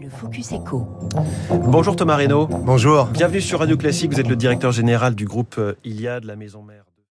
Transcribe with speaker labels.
Speaker 1: Le Focus Echo.
Speaker 2: Bonjour Thomas Reynaud.
Speaker 3: Bonjour.
Speaker 2: Bienvenue sur Radio Classique. Vous êtes le directeur général du groupe euh, Iliade, la maison mère. de-